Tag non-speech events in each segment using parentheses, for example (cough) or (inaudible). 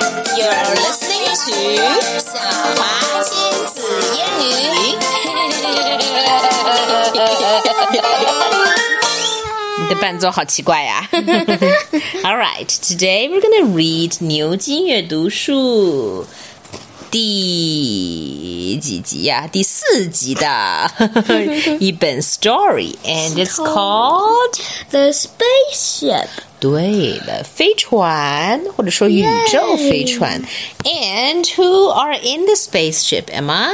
You're listening to 小华亲子英语。你的伴奏好奇怪呀、All right, today we're gonna read 牛津阅读树第几集呀、第四集的 (laughs) 一本 story, and it's called The spaceship. 对了，飞船或者说宇宙飞船。And who are in the spaceship, Emma？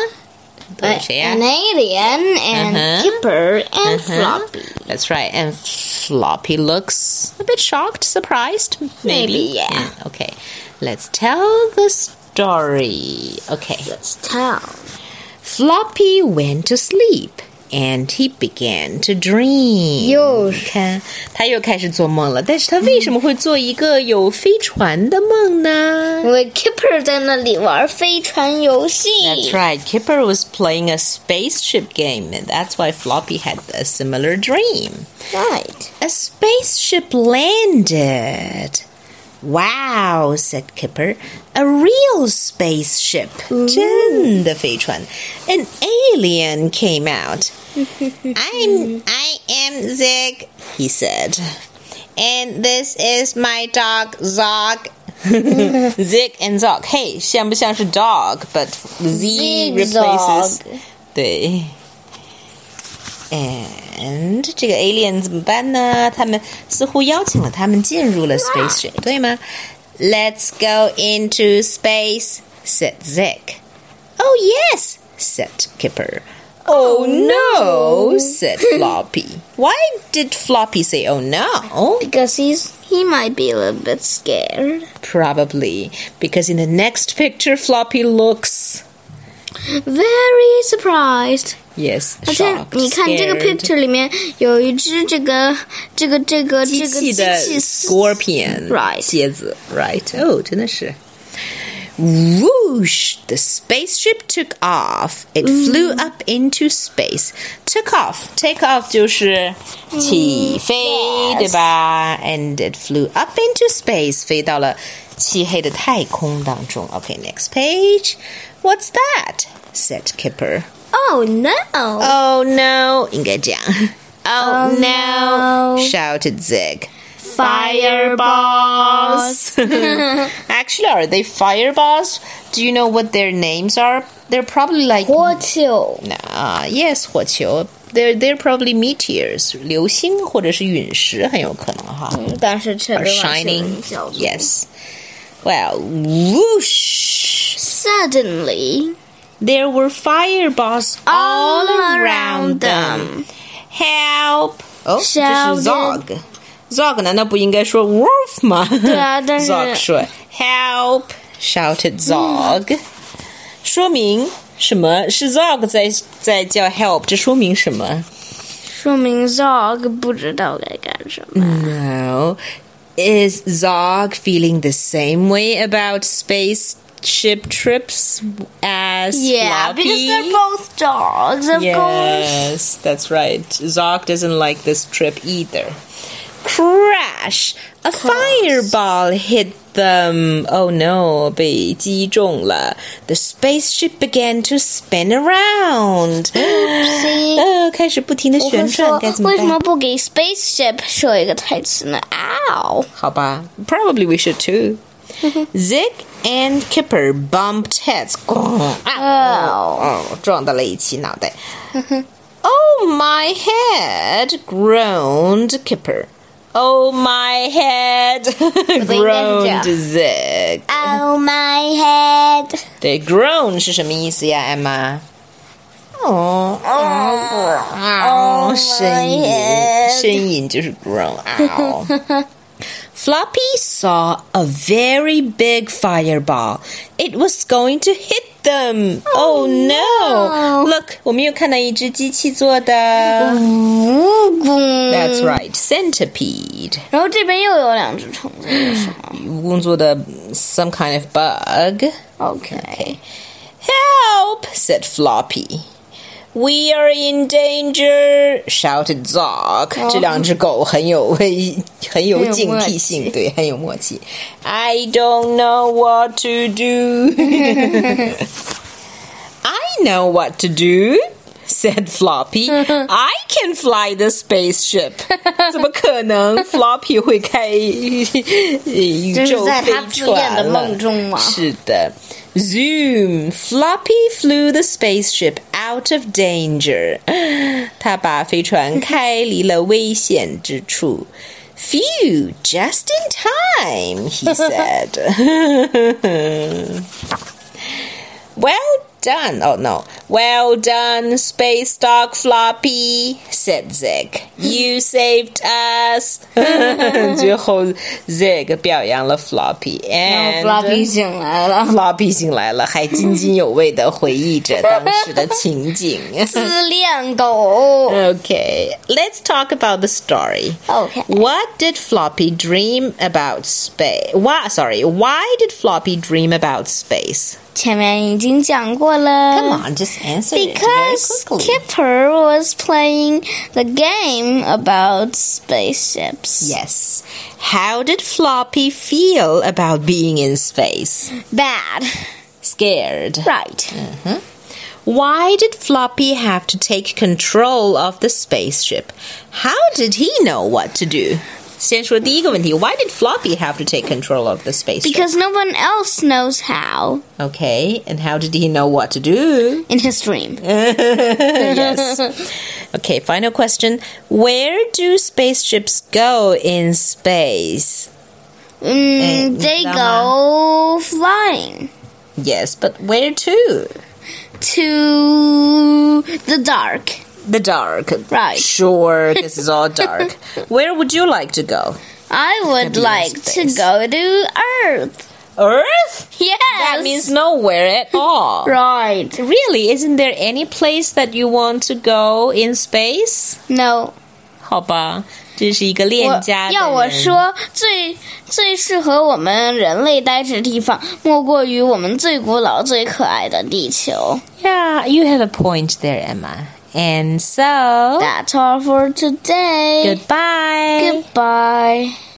都有谁呀、 An alien and Uh-huh. Kipper Huh? and Floppy. Mm-hmm. That's right. And Floppy looks a bit shocked, surprised. Maybe. Mm, Maybe, yeah. Okay. Let's tell the story. Okay. Let's tell. Floppy went to sleep and he began to dream. 看，他又开始做梦了。但是他为什么会做一个有飞船的梦呢？因为 Kipper 在那里玩飞船游戏。 That's right. Kipper was playing a spaceship game, and that's why Floppy had a similar dream. Right. A spaceship landed. Wow, said Kipper. A real spaceship. 真的飞船. An alien came (laughs) out. I'm I am Zig, he said. And this is my dog (laughs) Zog. (laughs) Zig and Zog. Hey, 像不像是 dog, but Z Zig, replaces Zog. 对。And 这个 alien 怎么办呢？他们似乎邀请了他们进入了 spaceship，对吗？Let's go into space," said Zig. "Oh yes," said Kipper. "Oh no," (laughs) said Floppy. Why did Floppy say "Oh no"? Because he's he might be a little bit scared. Probably because in the next picture, Floppy looks Very surprised. yes 而且 shocked, 你看这个 scared. picture 里面有一只这个这个这个这机个器机的器 scorpion Right. 蝎子，right？哦，真的是。Whoosh! The spaceship took off. It flew up into space. Took off. Take off 就是起飞， yes. 对吧？And it flew up into space. 飞到了漆黑的太空当中。Okay, next page. What's that? said Kipper. Oh no! Oh no! 应该这样。Oh, no. shouted Zig. Fireballs. (laughs) Actually, are they fireballs? Do you know what their names are? They're probably like 火球 uh, yes, 火球. They're they're probably meteors, 流星或者是陨石很有可能哈。Are shining? Yes. Well, whoosh! Suddenly, There were fireballs all, All around, around them. Help! 这是 Oh, Zog. Zog (laughs) 难道不应该说 wolf 吗？对啊，但是- (laughs) Zog 说 help shouted Zog，、说明什么？是 Zog 在在叫 help，这说明什么说明 Zog 嗯不知道该干什么。 ？No, is Zog feeling the same way about spaceship trips as Yeah, Floppy? because they're both dogs, of course. Yes, that's right. Zog doesn't like this trip either. Crash! A fireball hit them. Oh no, 被击中了. The spaceship began to spin around. (gasps) Oh, Oopsie. 我会说，呃，开始不停的旋转，该怎么办？为什么不给 spaceship 说一个台词呢？Ow! 好吧，probably we should (laughs) too. Zig and Kipper bumped heads. Oh 哦，撞到了一起脑袋。Oh my head! groaned Kipper. Oh my (laughs) head! 我的应该是这样。 groaned Zig. Oh my head! 对，groan 是什么意思呀，Emma？哦哦 my 呻吟， head 呻吟就是 groan 嗷。Floppy saw a very big fireball. It was going to hit them. Oh, no! Mm-hmm。 no. Look，我们又看到一只机器做的。That's right, centipede. 然后这边又有两只虫子，为什么？蜈蚣做的 some kind of bug. Okay. Help! said Floppy. We are in danger! shouted Zog. Oh. 这两只狗很有很有警惕性，对，很有默契。I don't know what to (laughs) do. I know what to do. Said Floppy, I can fly the spaceship. (laughs) 怎么可能？Floppy 会开宇这是宙在飞他自船恋的了梦中吗是的，Zoom, Floppy flew the spaceship out of danger. (gasps) 他把飞船开离了危险之处。Phew, just in time, he (laughs) said. (laughs) well done. Oh no. Well done, space dog Floppy, said Zig. (laughs) You saved us. (laughs) 最后 Zig 表扬了 Floppy 然后 and Floppy 醒来了， Floppy 醒来了，还津津有味地回忆着当时的情景。 (laughs) 自恋狗。嗯 okay, let's talk about the story. Okay. What did Floppy dream about space? Why? Sorry, why did Floppy dream about space? 前面已经讲过了。 Come on, just answer it very Because quickly. Kipper was playing the game about spaceships. Yes. How did Floppy feel about being in space? Bad. Scared. Right. Why did Floppy have to take control of the spaceship? How did he know what to do? 先说第一个问题, why did Floppy have to take control of the spaceship? Because no one else knows how okay, and how did he know what to do? (laughs) in his dream. Uh, yes. Okay, final question. Where do spaceships go in space? Mm, they go flying Yes, but where to? to the dark. The dark. Right. Sure, this is all (laughs) dark. Where would you like to go? I would be in like to space. go to Earth. Earth? Yes. That means nowhere at all. right. Really, isn't there any place that you want to go in space? No. 好吧，这是一个恋家的人。要我说，最最适合我们人类待着的地方，莫过于我们最古老、最可爱的地球。 ，Yeah, you have a point there, Emma. And so, 哦 That's all for today. goodbye. Goodbye.